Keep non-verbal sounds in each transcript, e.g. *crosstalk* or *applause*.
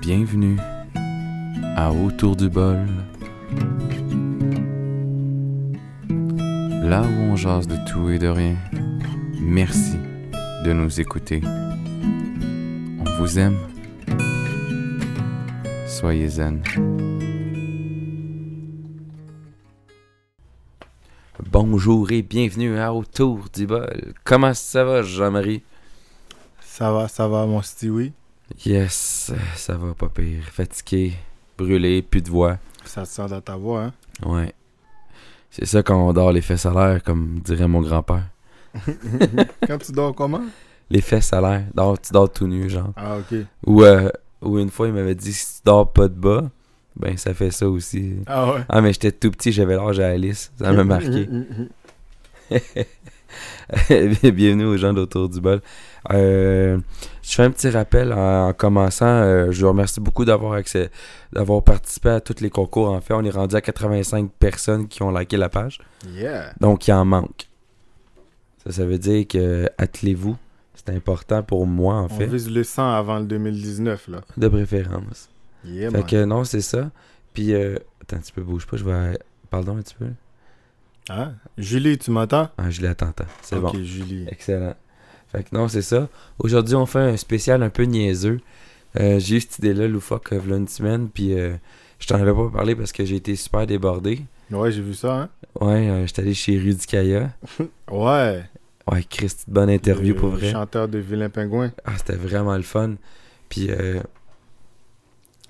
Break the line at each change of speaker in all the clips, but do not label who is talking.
Bienvenue à Autour du bol, là où on jase de tout et de rien. Merci de nous écouter. On vous aime. Soyez zen. Bonjour et bienvenue à Autour du bol. Comment ça va, Jean-Marie?
Ça va, ça va, mon Stewie.
Yes, ça va pas pire. Fatigué, brûlé, plus de voix.
Ça te sort dans ta voix, hein?
Ouais. C'est ça quand on dort les fesses à l'air, comme dirait mon grand-père.
*laughs* Quand tu dors comment?
Les fesses à l'air. Dors- Tu dors tout nu, genre.
Ah, ok.
Ou, euh, ou une fois, il m'avait dit si tu dors pas de bas, ben ça fait ça aussi.
Ah ouais. Mm,
Ah, mais j'étais tout petit, j'avais l'âge à Alice. Ça m'a *laughs* marqué. Bienvenue aux gens d'autour du bol. Euh, je fais un petit rappel en, en commençant. Euh, je vous remercie beaucoup d'avoir accès, d'avoir participé à tous les concours. En fait, on est rendu à 85 personnes qui ont liké la page.
yeah.
Donc, il en manque. Ça, ça veut dire que attelez-vous. C'est important pour moi, en
On
fait,
vise le 100 avant le 2019, là.
de préférence.
Yeah,
fait
man.
que non, c'est ça. Puis, euh, attends, tu peux bouge pas, je vais. Pardon un petit peu.
Hein? Julie, tu m'entends?
Ah, je l'attends, attends. c'est
ok,
bon.
Julie.
Excellent. Fait que non, c'est ça. Aujourd'hui, on fait un spécial un peu niaiseux. Euh, j'ai eu cette idée-là, loufoque, euh, v'là une semaine, puis euh, je t'en avais pas parlé parce que j'ai été super débordé.
Ouais, j'ai vu ça, hein?
Ouais, euh, j'étais allé chez Rudy Kaya.
Ouais.
Ouais, Christy, bonne interview
Le
pour vrai.
chanteur de Vilain Pingouin.
Ah, c'était vraiment le fun. Puis, euh,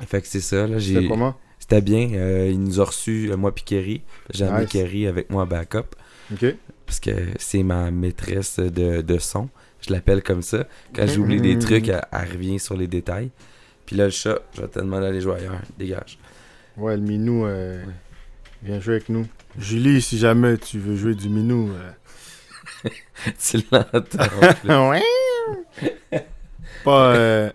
fait que c'est ça, là,
C'était
j'ai...
comment?
C'était bien, euh, il nous a reçus, euh, moi puis Kerry. J'ai amené
Nice.
Kerry avec moi en backup.
Ok.
parce que c'est ma maîtresse de, de son. Je l'appelle comme ça.
Mhm.
Quand j'oublie des trucs, elle, elle revient sur les détails. Puis là, le chat, je vais te demander d'aller jouer ailleurs. Dégage. *laughs*
Ouais, le minou, euh,
Ouais.
viens jouer avec nous. Julie, si jamais tu veux jouer du minou.
*laughs*
euh, *laughs*
tu l'entends. en plus.
Ouais. pas, euh,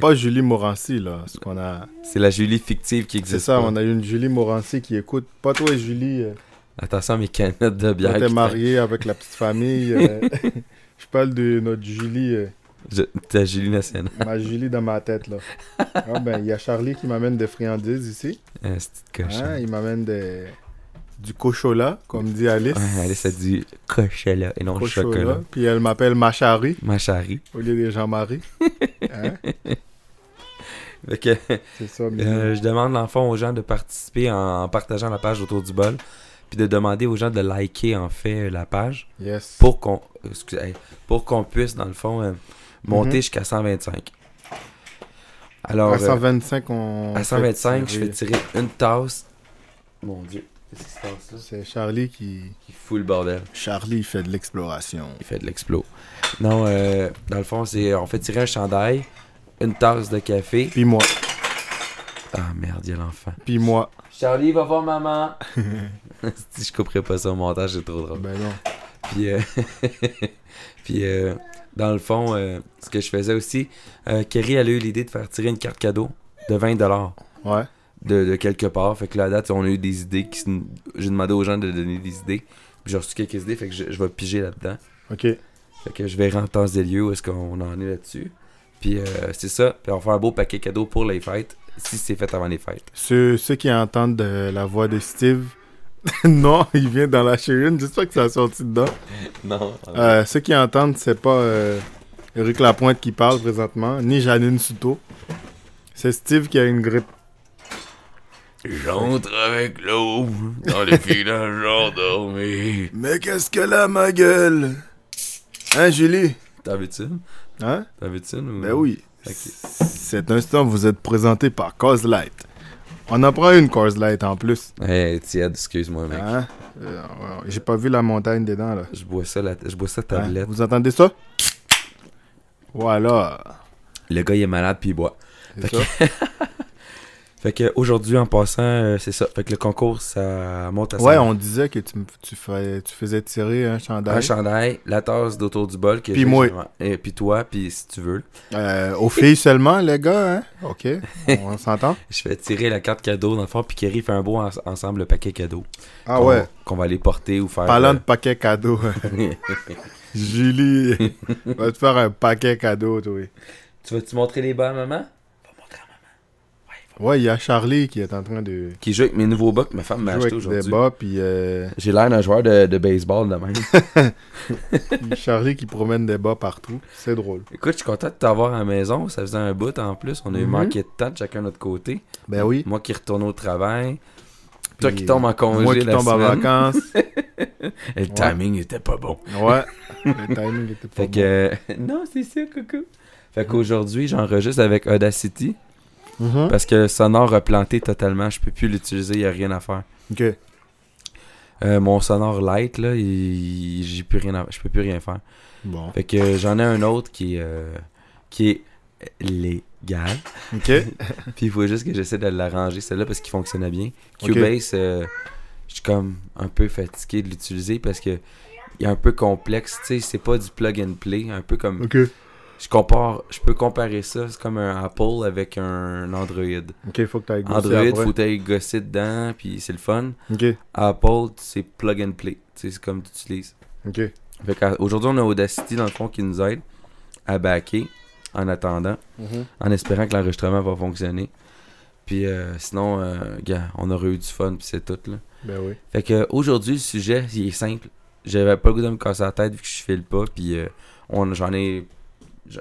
pas Julie Morancy, là. Ce qu'on a.
c'est la Julie fictive qui
C'est
existe.
ça,
pas.
on a eu une Julie Morancy qui écoute. Pas toi, Julie. euh,
Attention à mes canettes de
Quand
bière.
t'es
qui-
marié avec la petite famille.
*laughs*
euh, *laughs* je parle de notre Julie, euh,
Je- Ta Julie nationale.
ma Julie dans ma tête là. Ah ben, il y a Charlie qui m'amène des friandises ici.
Ah, petite
Hein,
cochon.
il m'amène des- du cochola, comme dit Alice.
Ouais, allez, ça dit cochola et non
Cochola.
chocolat.
Puis elle m'appelle Machari
Ma chérie.
au lieu de Jean-Marie. Hein,
Fait *laughs* que,
C'est ça. mais-
Euh, je demande en fond aux gens de participer en, en partageant la page autour du bol, puis de demander aux gens de liker en fait euh, la page
yes.
pour qu'on excusez, hey, pour qu'on puisse dans le fond euh,
Mhm.
monter jusqu'à 125. Alors
à
euh,
125, on.
à
fait
125, je
tirer.
fais tirer une tasse. Mon dieu, qu'est-ce qui se passe là
C'est Charlie qui.
Qui fout le bordel.
Charlie il fait de l'exploration.
Il fait de l'explos. Non, euh, dans le fond, c'est on fait tirer un chandail, une tasse de café.
Puis moi.
Ah merde, il y a l'enfant.
Puis moi.
Charlie, va voir maman. *laughs* si je couperais pas ça au montage, c'est trop drôle.
Ben non.
Puis, euh, *laughs* puis euh, dans le fond, euh, ce que je faisais aussi, euh, Kerry, elle a eu l'idée de faire tirer une carte cadeau de 20$
Ouais.
de, de quelque part. Fait que là, à date, on a eu des idées. qui se- J'ai demandé aux gens de donner des idées. Puis j'ai reçu quelques idées, fait que je, je vais piger là-dedans.
Ok.
Fait que je vais en temps des lieux où est-ce qu'on en est là-dessus. Puis euh, c'est ça. Puis on va faire un beau paquet cadeau pour les fêtes, si c'est fait avant les fêtes.
Ceux, ceux qui entendent euh, la voix de Steve, *laughs* non, il vient dans la chérine. J'espère que ça a sorti *laughs* dedans.
Non.
Euh, ceux qui entendent, c'est pas euh, Eric Lapointe qui parle présentement, ni Janine Souto. C'est Steve qui a une grippe.
J'entre avec l'eau dans
*laughs*
les villages endormis.
Mais qu'est-ce que là, ma gueule Hein, Julie
T'en veux-tu une?
Hein
T'en veux-tu une ou-
Ben oui.
Hmm. Ok.
Cet instant vous êtes présenté par Cause Light. On en prend une Cause Light en plus.
Hey, tiède, excuse-moi, mec.
Hein Euh, ouais, J'ai pas vu la montagne dedans, là.
Je bois ça, la... je bois ça
Hein?
tablette.
Vous entendez ça Voilà.
Le gars, il est malade, puis il boit.
C'est
Fait
ça.
Fait que aujourd'hui, en passant, euh, c'est ça. Fait que le concours, ça monte à
Ouais,
100.
on disait que tu, me- tu, fais- tu faisais tirer un
Un
chandail
chandail, la tasse d'autour du bol. Que
Puis
j'ai-
moi.
Et puis toi, puis si tu veux.
Euh, aux filles seulement, les gars. Hein?
*laughs*
Ok, on s'entend.
Je fais tirer la carte cadeau dans le fond, puis Kerry fait un beau en- ensemble le paquet cadeau.
Ah
Qu'on-
ouais,
Qu'on va aller porter ou faire.
parlant de paquet
*laughs*
cadeau,
euh,
*laughs* Julie va te faire un paquet cadeau, toi.
Tu vas-tu montrer les bas à maman? Va montrer à maman.
Ouais, il y a Charlie qui est en train de
Qui joue avec mes nouveaux bucks que ma femme m'a
jouer
acheté
avec des
Ben, aujourd'hui.
bas, puis euh, *laughs*
J'ai l'air d'un joueur de, de baseball de même.
Charlie qui promène des bas partout. C'est drôle.
Écoute, je suis content de t'avoir à la maison. Ça faisait un bout en plus. On a eu
Mhm.
manqué de temps de chacun de notre côté.
Ben oui.
Moi qui retourne au travail. *laughs* Toi
Puis, euh,
qui tombes en congé
Moi qui
la
tombe en
semaine.
vacances.
*laughs* Et le
Ouais.
timing était pas bon.
Ouais. Le timing était pas
Fait
bon.
que... euh, *laughs* non, c'est ça, coucou. Fait qu'aujourd'hui, j'enregistre avec Audacity.
Mhm.
Parce que sonore a planté totalement. Je peux plus l'utiliser. Il n'y a rien à faire.
Ok.
Euh, mon sonore light, là, il- j'ai plus rien à... Je peux plus rien faire.
Bon.
Fait que euh, j'en ai un autre qui, est, euh, qui est légal. *laughs*
Ok.
Puis il faut juste que j'essaie de l'arranger, celle-là, parce qu'il fonctionnait bien.
Ok.
Cubase, euh, je suis comme un peu fatigué de l'utiliser parce que il est un peu complexe. Tu sais, c'est pas du plug and play. Un peu comme.
Ok.
Je compare, je peux comparer ça. C'est comme un Apple avec un Android.
Ok, faut que t'ailles gosser
Android,
après.
faut t'aller gosser dedans, puis c'est le fun.
Ok.
Apple, c'est plug and play. Tu sais, c'est comme tu utilises.
Ok.
Fait qu'aujourd'hui, on a Audacity, dans le fond, qui nous aide à backer en attendant,
Mhm.
en espérant que l'enregistrement va fonctionner. Puis euh, sinon, euh, gars, on aurait eu du fun, puis c'est tout. Là.
Ben oui.
Fait que aujourd'hui le sujet, il est simple. J'avais pas le goût de me casser la tête vu que je file pas, puis euh, on- j'en ai.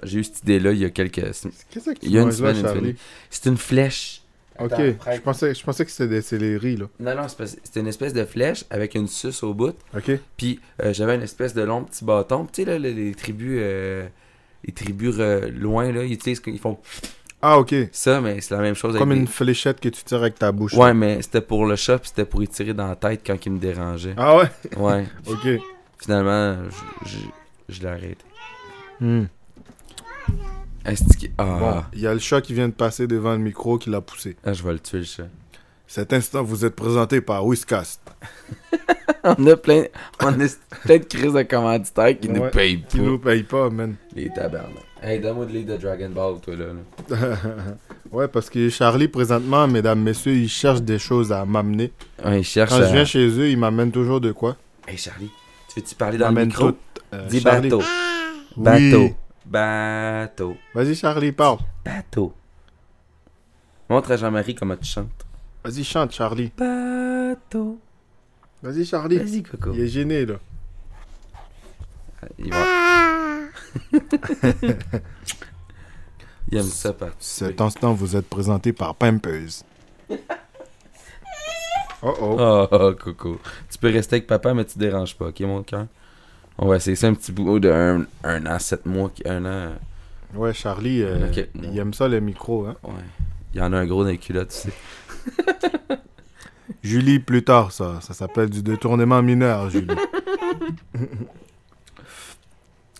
J'ai eu cette idée-là il y a quelques.
Qu'est-ce que tu
Il y a une
manges là,
semaine, une
Charlie?
C'est une flèche.
Ok.
Attends, prête.
Je pensais, je pensais que c'était des céleri, là.
Non, non, c'est pas- c'est une espèce de flèche avec une suce au bout.
Ok.
Puis euh, j'avais une espèce de long petit bâton. Tu sais, là, les, les tribus, euh, les tribus euh, loin, là, ils utilisent, ils font
Ah, ok.
ça, mais c'est la même chose.
Comme
avec
une fléchette que tu tires avec ta bouche.
des- Ouais, mais c'était pour le chat, puis c'était pour y tirer dans la tête quand il me *laughs* dérangeait.
Ah ouais?
Ouais.
Ok.
Finalement, je, je- je l'ai arrêté.
*laughs* Hmm.
Est-ce qu'il- Ah,
Bon, il y a le chat qui vient de passer devant le micro qui l'a poussé.
ah, je vais le tuer, le chat.
Cet instant vous êtes présenté par Whiskas.
on a plein, on a plein de crises de commanditaires qui nous
Ouais,
payent pas.
Qui nous paye pas, man.
Les tabarnak. Hey, donne-moi de l'île de Dragon Ball, toi, là. là.
ouais, parce que Charlie, présentement, mesdames, messieurs, il cherche des choses à m'amener.
Ouais, ils cherchent
Quand je
à-
viens chez eux, il m'amène toujours de quoi?
Hey, Charlie, tu veux-tu parler
Il
dans le
m'amène
micro?
tout. Euh,
Dis
Charlie.
bateau.
Oui.
Bateau. Bateau.
Vas-y, Charlie, parle.
Bateau. Montre à Jean-Marie comment tu chantes.
Vas-y, chante, Charlie.
Bateau.
Vas-y, Charlie.
Vas-y, Coco.
Il est gêné, là.
Il, *laughs* va- Il aime ça participer.
Cet instant vous êtes présenté par Pampers. *laughs* oh oh.
Oh, oh, Coco. Tu peux rester avec papa, mais tu déranges pas, ok, mon cœur? On va essayer ça un petit bout de un, un an, sept mois, qui- un an. euh,
Ouais, Charlie, euh,
Ok.
il aime ça, le micro, hein.
Ouais. Il y en a un gros dans les culottes, tu sais.
Julie, plus tard, ça. Ça s'appelle du détournement mineur, Julie.
*laughs*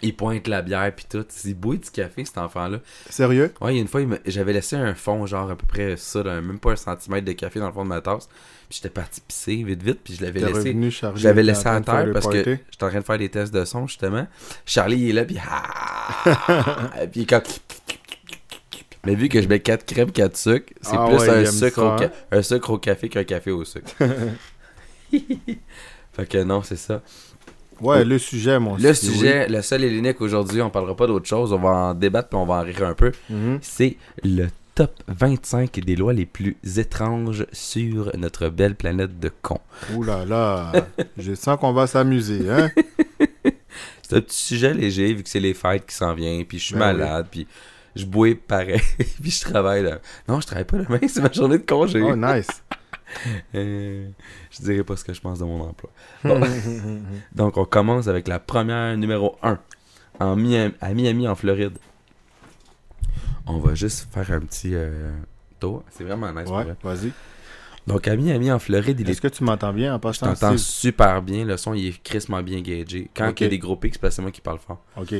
Il pointe la bière puis tout. Il bouille du café, cet enfant-là.
Sérieux?
Ouais, il y a une fois, il me- j'avais laissé un fond, genre à peu près ça, là, même pas un centimètre de café dans le fond de ma tasse. Puis j'étais parti pisser vite, vite, puis je l'avais
T'es
laissé.
revenu, Charlie.
Je l'avais
t'es en
laissé
train
à
de faire
terre
le
parce que
party.
j'étais en train de faire des tests de son, justement. Charlie, il est là, puis. Ah!
*laughs*
Et puis quand. Mais vu que je mets 4 crèmes, 4 sucres, c'est
Ah
plus
ouais, il
un,
aime
sucre
ça,
au ca- un sucre au café qu'un café
*laughs*
au sucre. fait que non, c'est ça.
Ouais, le sujet, mon
Le
si, oui.
sujet, le seul et l'unique aujourd'hui, on parlera pas d'autre chose, on va en débattre puis on va en rire un peu.
Mhm.
C'est le top 25 des lois les plus étranges sur notre belle planète de cons.
Ouh là
*laughs*
là. Je sens qu'on va s'amuser, hein?
C'est un petit sujet léger vu que c'est les fêtes qui s'en viennent, puis je suis
Ben
malade, puis je bois pareil, *laughs* puis je travaille. là. Non, je travaille pas demain, *laughs* c'est ma journée de congé.
Oh, nice.
Ah, Euh, je dirais pas ce que je pense de mon emploi.
*laughs*
Bon. Donc on commence avec la première numéro 1 en Miami, à Miami en Floride. On va juste faire un petit euh, tour. C'est vraiment nice. pour
Ouais,
vrai.
vas-y.
Donc à Miami en Floride, il est
Est-ce que tu m'entends bien en
Je
passant?
t'entends
Steve?
super bien, le son il est crissement bien gagé. Quand
Ok.
il y a des gros pics, c'est parce que c'est moi qui parle fort.
Ok.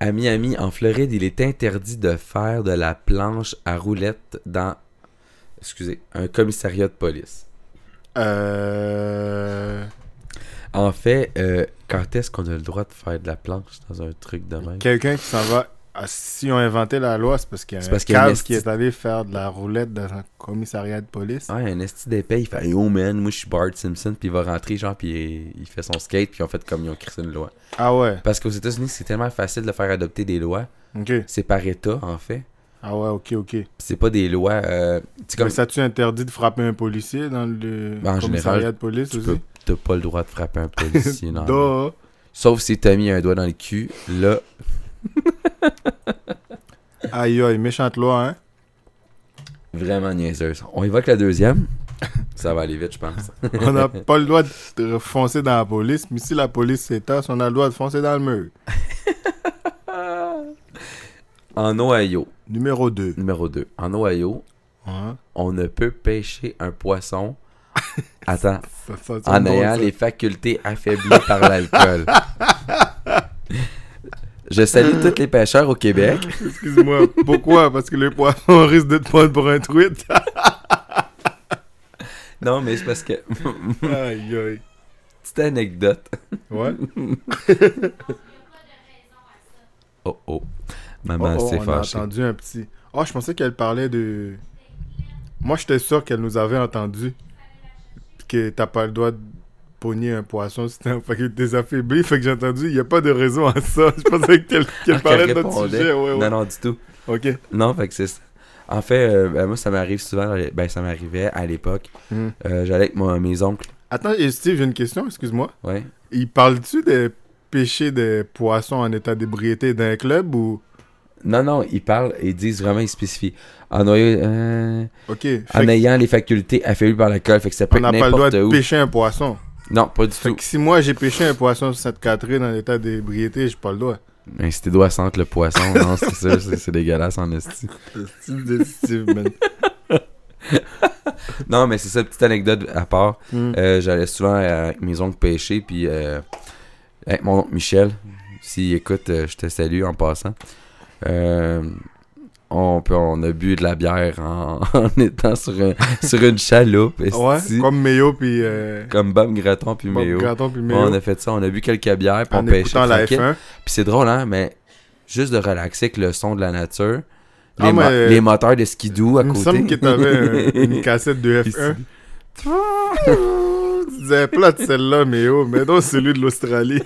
À Miami, en Floride, il est interdit de faire de la planche à roulettes dans excusez, un commissariat de police.
Euh...
En fait, euh, quand est-ce qu'on a le droit de faire de la planche dans un truc de même
Quelqu'un qui s'en va ah, si on inventé la loi, c'est parce qu'il y a
C'est
un
parce qu'il y a
cave
une esti-
qui est allé faire de la roulette dans un commissariat de police.
Ouais, un esti d'épée, il fait Yo man, moi je suis Bart Simpson, puis il va rentrer, genre, puis il, il fait son skate, puis en fait comme ils ont crissé une loi.
Ah ouais,
Parce qu'aux États-Unis, c'est tellement facile de faire adopter des lois.
ok.
C'est par État, en fait.
Ah ouais, ok, ok.
C'est pas des lois. Euh, tu sais, comme
Mais ça tu interdit de frapper un policier dans le
Ben, en
commissariat
général,
de police
tu
aussi?
peux, t'as pas le droit de
*laughs*
frapper un policier, non.
Duh.
Sauf si t'as mis un doigt dans le cul, là.
Aïe aïe, méchante loi, hein?
Vraiment niaiseuse. On évoque la deuxième. Ça va aller vite, je pense.
On *laughs* n'a pas le droit de foncer dans la police, mais si la police s'étasse, on a le droit de foncer dans le mur.
En Ohio,
Numéro 2.
numéro 2. En Ohio, on ne peut pêcher un poisson. Attends,
Ça, ça, c'est
en
bon,
ayant
ça.
Ah, hein, les facultés affaiblies par l'alcool. Je salue tous les pêcheurs au Québec. *laughs*
Excuse-moi, pourquoi? Parce que les poissons *laughs* risquent de te prendre pour un truite.
Non, mais c'est parce
*laughs*
que. *laughs*
Aïe aïe.
Petite anecdote.
Ouais.
Oh
Oh,
oh. Maman
oh,
s'est
on
fâchée.
a entendu un petit. Oh, je pensais qu'elle parlait de. Moi, j'étais sûr qu'elle nous avait entendu. Que t'as pas le droit de pogner un poisson si t'es en faculté affaibli. Fait que j'ai entendu, il n'y a pas de raison à ça. Je pensais que qu'elle qu'elle
Ah,
parlait
qu'elle
de notre
répondait.
sujet. Ouais, ouais.
Non, non, du tout.
Ok.
Non, fait que c'est ça. En fait, euh, ben, moi, ça m'arrive souvent. dans les- Ben, ça m'arrivait à l'époque.
Hmm.
Euh, J'allais avec moi, mes oncles.
Attends, et Steve, j'ai une question, excuse-moi.
Ouais.
Il parle-tu des péchés des poissons en état d'ébriété d'un club ou.
Non, non, ils parlent et ils disent vraiment, ils spécifient. En, noyau- euh,
Ok. Fait
en
que
ayant les facultés affaiblies par l'alcool, fait que ça peut
on n'a
être
pas le droit
n'importe
de
où.
pêcher un poisson.
Non, pas du
Fait
tout.
que si moi j'ai pêché un poisson sur cette catherine dans l'état d'ébriété, j'ai pas le droit.
Mais si tes doigts sentent le poisson, non, c'est sûr, c'est c'est dégueulasse en
*laughs*
esti.
Steve de Steve, man.
Non, mais c'est ça, petite anecdote à part.
*laughs* Hmm.
Euh, J'allais souvent euh, avec mes oncles pêcher, puis euh, avec mon oncle Michel, s'il écoute, euh, je te salue en passant. Euh, on, peut, on a bu de la bière en, *laughs* en étant sur, un- sur une chaloupe,
Ouais,
esti. comme...
comme Méo puis euh,
Bob Graton puis
Bob
Méo.
Graton puis
Ouais,
Méo.
on a fait ça, on a bu quelques bières, puis
en
on pêchait
écoutant la
tranquille.
F1.
Puis c'est drôle, hein, mais juste de relaxer avec le son de la nature,
Ah,
les, mo-
mais-
les moteurs de skidoo à
Il me
côté.
semble que *laughs*
*laughs*
t'avais euh, une cassette de F1. *laughs* tu disais, plate celle-là, Méo, mais non, celui de
*laughs*
l'Australie.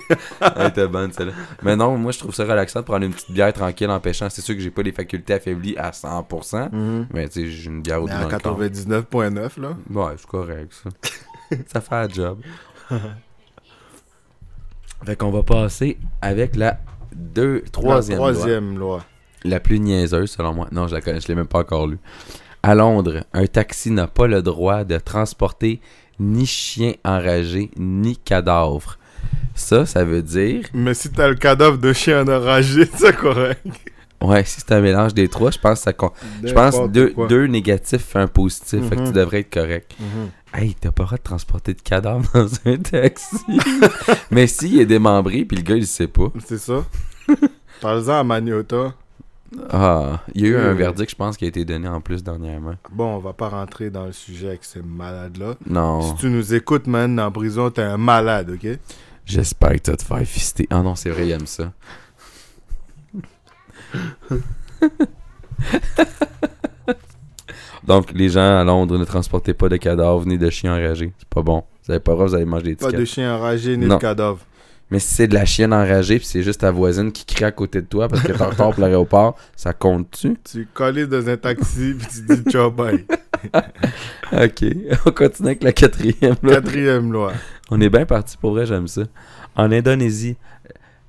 Elle était bonne celle-là. Mais non, moi je trouve ça relaxant de prendre une petite bière tranquille en pêchant. C'est sûr que j'ai pas les facultés affaiblies à 100%, mais tu sais, j'ai une bière au
Mais
bout
à
dans le corps.
99.9, là.
Ouais, c'est correct ça.
*laughs*
ça fait un job. fait qu'on va passer avec la deux, troisième,
La
loi.
troisième loi.
La plus niaiseuse selon moi. Non, je la connais, je l'ai même pas encore lue. À Londres, un taxi n'a pas le droit de transporter ni chien enragé, ni cadavre. Ça, ça veut dire
Mais si t'as le cadavre de chien enragé, *laughs* c'est correct.
Ouais, si c'est un mélange des trois, je pense que ça compte. Je pense
N'importe
deux,
quoi.
deux négatifs fait un positif. Fait que
Mhm.
tu devrais être correct.
Mhm.
Hey, t'as pas le droit de transporter de cadavre *laughs* dans un taxi. *laughs* Mais si, il est démembré, puis le gars, il sait pas.
C'est
*laughs*
ça. Parle-en à Magnota.
Ah, il y a eu
Euh.
un verdict, je pense, qui a été donné en plus dernièrement.
Bon, on va pas rentrer dans le sujet avec ces malades-là. Si
Non.
tu nous écoutes, man, en prison, t'es un malade, ok?
J'espère que tu vas te faire fister. Ah non, c'est vrai, il aime ça. *laughs* Donc, les gens à Londres, ne transportez pas de cadavres ni de chiens enragés. C'est pas bon. Vous avez pas le droit, vous allez manger des
Pas
tickets.
de chien enragé ni
Non.
de cadavre.
Mais si c'est de la chienne enragée, puis c'est juste ta voisine qui crie à côté de toi parce que t'es en retard pour l'aéroport, *laughs* ça compte-tu?
Tu colles dans un taxi *laughs* puis tu dis ciao bye.
*laughs* Ok, *laughs* on continue avec la quatrième. là.
Quatrième loi.
On est bien parti pour vrai, j'aime ça. En Indonésie,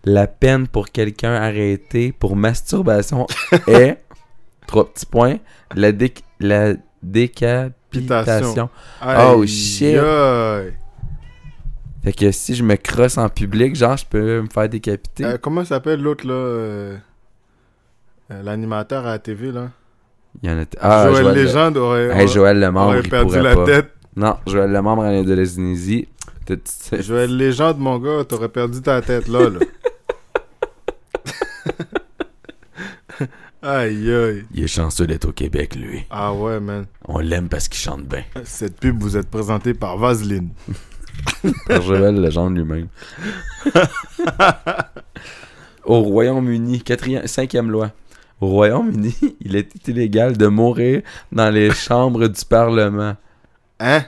la peine pour quelqu'un arrêté pour masturbation *laughs* est, trois petits points, la, dé- la décapitation.
Pitation.
Oh,
Aïe,
shit.
aïe.
Fait que si je me crosse en public, genre, je peux me faire décapiter.
Euh, comment s'appelle l'autre là euh, euh, L'animateur à la TV là.
Il y en a t- Ah,
Joël,
Joël, le...
Légende aurait,
Hey, Joël Lemembre,
aurait
il
perdu
pourrait
la
pas. *laughs*
tête.
Non, Joël Lemembre en Indonésie. t'as- t'as-
Joël Légende, mon gars, t'aurais perdu ta tête là.
*laughs*
là. aïe aïe.
Il est chanceux d'être au Québec, lui.
Ah ouais, man.
On l'aime parce qu'il chante *laughs* bien.
Cette pub vous êtes présentée par Vaseline.
*laughs* Par Joël Legendre lui-même. au Royaume-Uni, quatrième, cinquième loi. Au Royaume-Uni, *laughs* il est illégal de mourir dans les chambres du Parlement.
Hein?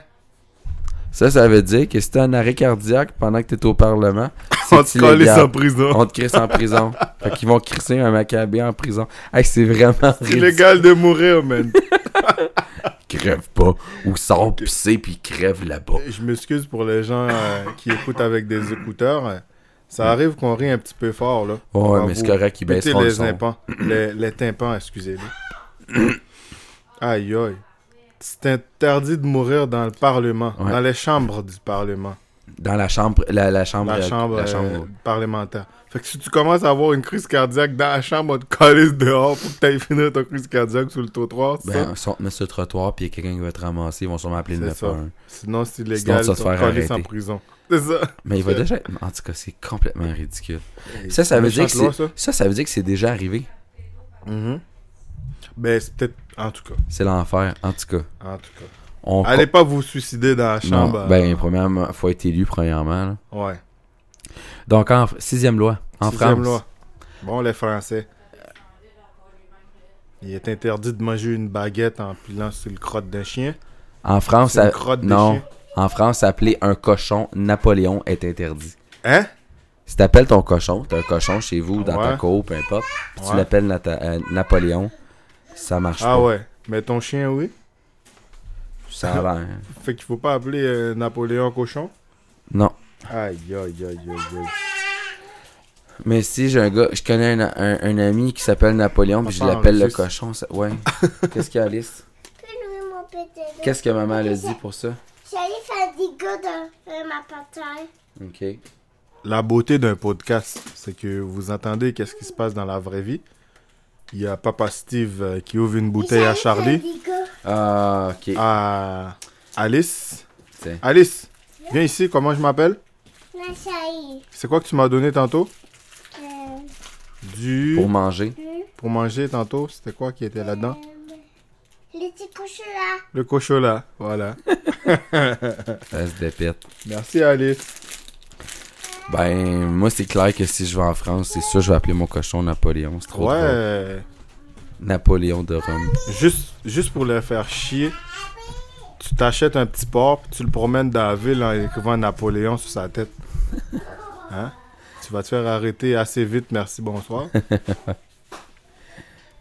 Ça, ça veut dire que si t'as un arrêt cardiaque pendant que t'es au *laughs* Parlement,
On
c'est
te colle
illégal.
en prison.
On te crisse en *laughs* prison. fait qu'ils vont crisser un macabé en prison. Hey, c'est vraiment
C'est illégal de mourir, man. *laughs*
Crève pas. Ou sors pisser puis crève là-bas.
Je m'excuse pour les gens euh, qui écoutent avec des écouteurs. Ça arrive qu'on rit un petit peu fort, là.
Ouais,
Bravo.
mais c'est correct, ils
Écoutez
baisseront le
les
son. *clears throat*
tympans. les, les tympans, excusez-les. *clears throat* aïe, aïe. C'est interdit de mourir dans le Parlement,
Ouais.
dans les chambres du Parlement.
Dans la chambre, la, la chambre,
la chambre,
la
euh,
chambre.
parlementaire. Fait que si tu commences à avoir une crise cardiaque dans la chambre, on te calisse dehors pour que t'ailles finir ta crise cardiaque sur le trottoir. c'est ça?
Ben, si on te met sur le trottoir puis il y a quelqu'un qui va te ramasser, ils vont sûrement appeler le
C'est ça.
911.
Sinon, c'est
Sinon,
illégal.
tu vas te
tu
faire
calisses en
arrêter.
prison. C'est ça.
Mais il va
C'est-
déjà. En tout cas, c'est complètement ridicule. Ça, ça veut dire que
Méchante loi,
c'est- Mm-hmm.
ça.
ça, ça veut dire que c'est déjà arrivé.
Mhm. Ben, c'est peut-être. En tout cas.
C'est l'enfer, en tout cas.
En tout cas.
On
Allez pas vous suicider dans la
Non,
chambre.
ben, premièrement, faut être élu, premièrement. là.
euh, ouais.
Donc, en sixième loi, en
Sixième
France.
loi. Bon, les Français. Il est interdit de manger une baguette en pilant sur le crotte d'un chien.
En France,
Sur une
ça-
crotte de
non.
chien.
En France, appeler un cochon Napoléon est interdit.
Hein?
Si t'appelles ton cochon, t'as un cochon chez vous, dans ta
Ouais.
cour, peu importe, puis tu
Ouais.
l'appelles Nata- euh, Napoléon, ça marche
Ah
pas.
ouais. Mais ton chien, oui.
Ça va. hein.
Fait qu'il faut pas appeler euh, Napoléon cochon.
Non.
Aïe, aïe, aïe, aïe, aïe.
Mais si j'ai un gars, je connais un, un- un ami qui s'appelle Napoléon, puis je
Papa
l'appelle le
enregistre.
cochon, ça-
*laughs*
ouais. Qu'est-ce qu'il y a, Alice?
Qu'est-ce
Qu'est-ce que maman elle a dit pour ça?
J'allais faire des gars dans euh, ma patère.
Ok.
La beauté d'un podcast, c'est que vous entendez qu'est-ce qui se passe dans la vraie vie. Il y a Papa Steve euh, qui ouvre une bouteille à Charlie,
Ah, ok.
à Alice.
Tiens.
Alice, viens ici, comment je m'appelle
Ma chérie.
C'est quoi que tu m'as donné tantôt
Euh,
Du...
Pour manger.
Pour manger tantôt, c'était quoi qui était là-dedans
les petits couchés là.
*laughs* Le cochola, voilà.
Ça se dépète.
Merci Alice.
Ben, moi, c'est clair que si je vais en France, c'est sûr, je vais appeler mon cochon Napoléon. C'est trop drôle.
Ouais,
Napoléon de Rome.
juste, juste pour le faire chier, tu t'achètes un petit porc, puis tu le promènes dans la ville en écrivant Napoléon sur sa tête. Hein Tu vas te faire arrêter assez vite, merci, bonsoir.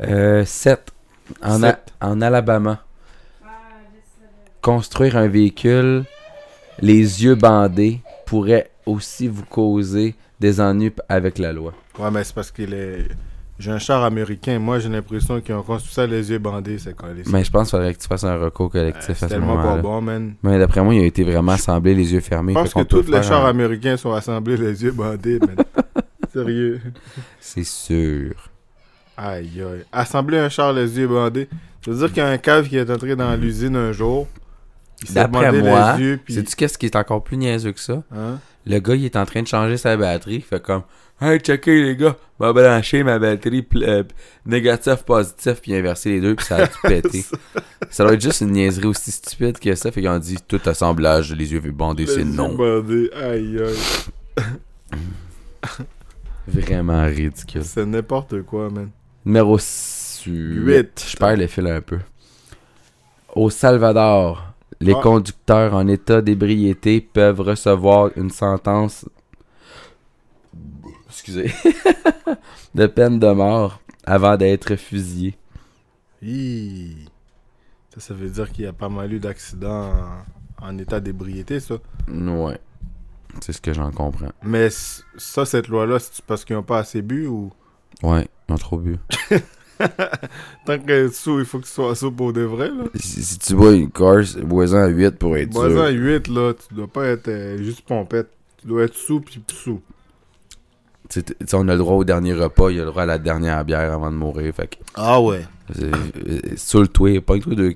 7. Euh, En, A-
Sept.
en Alabama. Construire un véhicule les yeux bandés pourrait aussi vous causer des ennuis p- avec la loi.
Ouais, mais c'est parce qu'il est... J'ai un char américain, moi j'ai l'impression qu'ils ont construit ça les yeux bandés, c'est collé.
Mais je pense qu'il faudrait que tu fasses un recours collectif
Euh, C'est
à ce
tellement pas
moment-là.
bon, man.
Mais d'après moi, il a été vraiment assemblé les yeux fermés.
Je
fait
pense
qu'on
que
peut
tous les
faire
chars
un-
américains sont assemblés les yeux bandés,
*laughs*
man. Sérieux.
C'est sûr.
Aïe, aïe. Assembler un char les yeux bandés. Je veux dire qu'il y a un cave qui est entré dans l'usine un jour. Il s'est
D'après
bandé
moi,
les yeux, puis.
sais-tu qu'est-ce qui est encore plus niaiseux que ça?
Hein?
Le gars, il est en train de changer sa batterie. Il fait comme Hey, checker les gars, va brancher ma batterie pl- euh, négatif, positif, puis inverser les deux, puis
*laughs*
ça a tout pété. ça doit être juste une niaiserie aussi stupide que ça. Fait qu'ils ont dit tout assemblage, les yeux bandés,
Les
c'est
yeux
non.
bandés. Aïe, aïe.
Vraiment ridicule.
C'est n'importe quoi, man.
Numéro 8.
Huit.
Je perds le fil un peu. Au Salvador, les
Ah.
conducteurs en état d'ébriété peuvent recevoir une sentence. Excusez. *laughs* de peine de mort avant d'être fusillés.
Hi. Ça, ça veut dire qu'il y a pas mal eu d'accidents en, en état d'ébriété, ça.
Ouais. C'est ce que j'en comprends.
Mais c- ça, cette loi-là, c'est parce qu'ils n'ont pas assez bu ou.
Ouais, ils ont trop bu.
Tant que sous, il faut qu'ils soient sous pour de vrai, là.
Si, si tu bois une course, bois-en à 8 pour être
Bois
sûr.
en 8, là, tu dois pas être euh, juste pompette. Tu dois être sous, puis sous.
Tu sais, t- tu sais, on a le droit au dernier repas, il a le droit à la dernière bière avant de mourir. Fait que
Ah ouais.
Euh, euh, sur le toit, pas toi de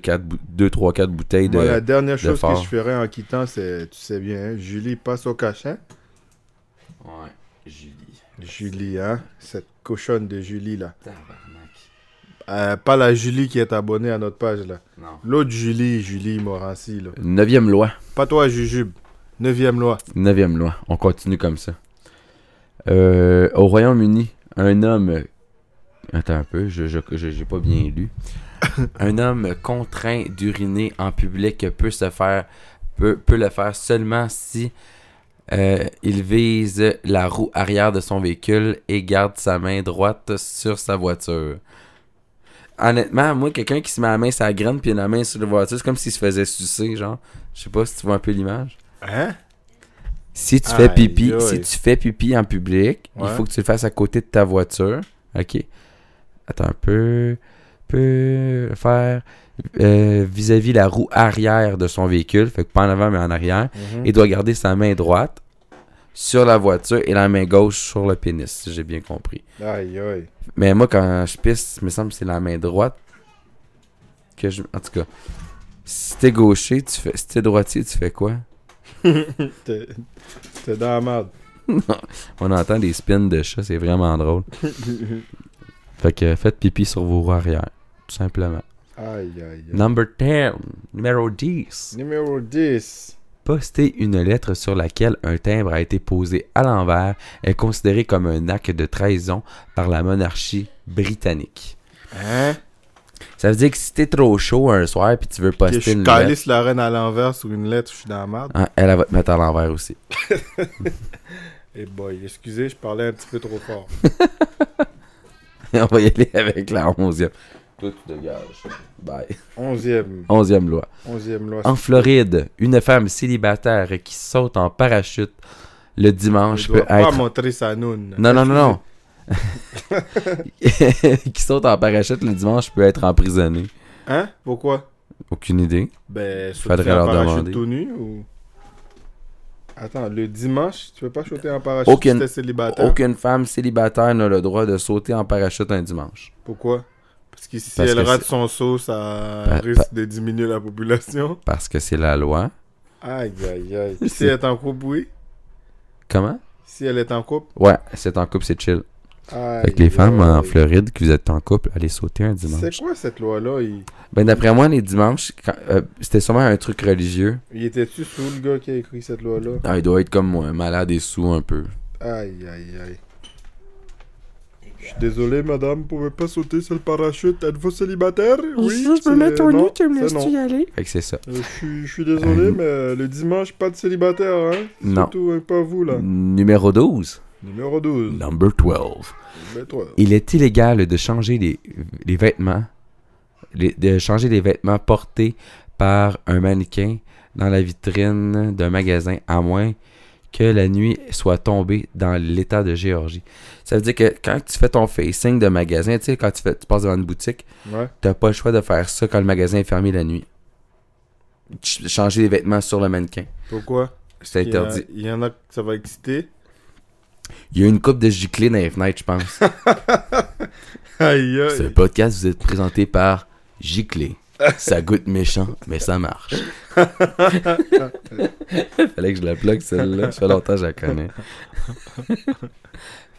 2, 3, 4 bouteilles de.
Moi, la dernière
de
chose que
fort.
je ferais en quittant, c'est, tu sais bien, hein, Julie passe au cachet.
Ouais, Julie.
Julie, hein, cette cochonne de Julie, là.
Tabarnak.
Euh, pas la Julie qui est abonnée à notre page, là.
Non.
L'autre Julie, Julie Morancy, là.
Neuvième loi.
Pas toi, Jujube. Neuvième loi.
Neuvième loi. On continue comme ça. Euh, au Royaume-Uni, Un homme. euh, Attends un peu, je je- je- j'ai pas bien lu. un homme contraint d'uriner en public peut se faire peut, peut le faire seulement si euh, il vise la roue arrière de son véhicule et garde sa main droite sur sa voiture. Honnêtement, moi, quelqu'un qui se met la main sur la graine puis la main sur la voiture, c'est comme s'il se faisait sucer, genre. Je sais pas si tu vois un peu l'image.
Hein?
Si tu fais
Aïe,
pipi,
aïe.
si tu fais pipi en public,
Ouais.
il faut que tu le fasses à côté de ta voiture. OK. Attends un peu. Peut faire euh, vis-à-vis la roue arrière de son véhicule, fait que pas en avant mais en arrière.
Mhm.
Il doit garder sa main droite sur la voiture et la main gauche sur le pénis, si j'ai bien compris.
Aïe, aïe.
Mais moi, quand je pisse, il me semble que c'est la main droite que je. En tout cas, si t'es gaucher, tu fais. Si t'es droitier, tu fais quoi?
T'es t'es dans la merde.
On entend des spins de chat, c'est vraiment drôle.
*laughs*
Fait que faites pipi sur vos roues arrière, tout simplement.
Aïe, aïe, aïe.
Number 10, numéro 10.
Numéro 10.
Poster une lettre sur laquelle un timbre a été posé à l'envers est considéré comme un acte de trahison par la monarchie britannique.
Hein?
Ça veut dire que si t'es trop chaud un soir puis tu veux
Que
poster
je
une lettre,
calisse la reine à l'envers sur une lettre, je suis dans la merde.
hein, elle, elle va te mettre à l'envers aussi. *laughs*
Eh boy, excusez, je parlais un petit peu trop fort.
On va y aller avec la 11e. Toi, tu dégages. Bye.
Onzième.
11e loi.
Onzième loi.
En Floride, une femme célibataire qui saute en parachute le
ne
dimanche
doit
peut
pas
être.
montrer sa noune.
Non, non, non, non. *laughs* qui saute en parachute le dimanche peut être emprisonnée.
Hein? Pourquoi?
Aucune idée.
Ben,
Faudrait
sauter en
leur
parachute
demander.
tout nu ou... Attends, le dimanche, tu peux pas sauter en parachute
Aucune-
si t'es célibataire?
Aucune femme célibataire n'a le droit de sauter en parachute un dimanche.
Pourquoi? Parce que si
Parce
elle
que
rate
c'est-
son saut, ça
Pa-
risque
pa-
de diminuer la population.
Parce que c'est la loi.
Aïe, aïe, aïe.
*laughs*
Puis si elle est en couple, oui.
Comment?
Si elle est en couple,
Ouais, c'est en couple, c'est chill.
aïe.
Fait que les femmes
aïe.
en Floride, que vous êtes en couple, allez sauter un
C'est
dimanche.
quoi cette loi-là? Il,
Ben, d'après moi, les dimanches, quand- euh, c'était sûrement un truc religieux.
il était-tu sous le gars qui a écrit cette loi-là?
Ah, il doit être comme moi, malade et sous un peu.
Aïe, aïe, aïe. Je suis désolé, madame, vous pouvez pas sauter sur le parachute. Êtes-vous célibataire? Oui.
Ici, je me mets
c'est-
ton
non,
nu, tu me
c'est
laisses-tu
non.
y aller?
Fait que c'est ça.
Euh, Je suis- je suis désolé,
Euh,
mais le dimanche, pas de célibataire, hein?
Non.
Surtout euh, pas vous, là.
Numéro 12.
Numéro 12.
Number 12.
Mais toi.
Il est illégal de changer les, les vêtements, les- de changer les vêtements portés par un mannequin dans la vitrine d'un magasin, à moins que la nuit soit tombée dans l'état de Géorgie. Ça veut dire que quand tu fais ton facing de magasin, tu sais, quand tu, fais, tu passes devant une boutique,
Ouais.
t'as pas le choix de faire ça quand le magasin est fermé la nuit. Ch- changer les vêtements sur le mannequin.
Pourquoi?
C'est
Il y en a-
interdit.
Il y en a que ça va exciter. *laughs*
Il y a une coupe de giclée dans les fenêtres, je pense.
Aïe,
Ce
aïe.
podcast vous est présenté par Giclée. Ça goûte méchant, mais ça marche. *laughs* Fallait que je la plug celle-là. Ça fait longtemps que je la connais.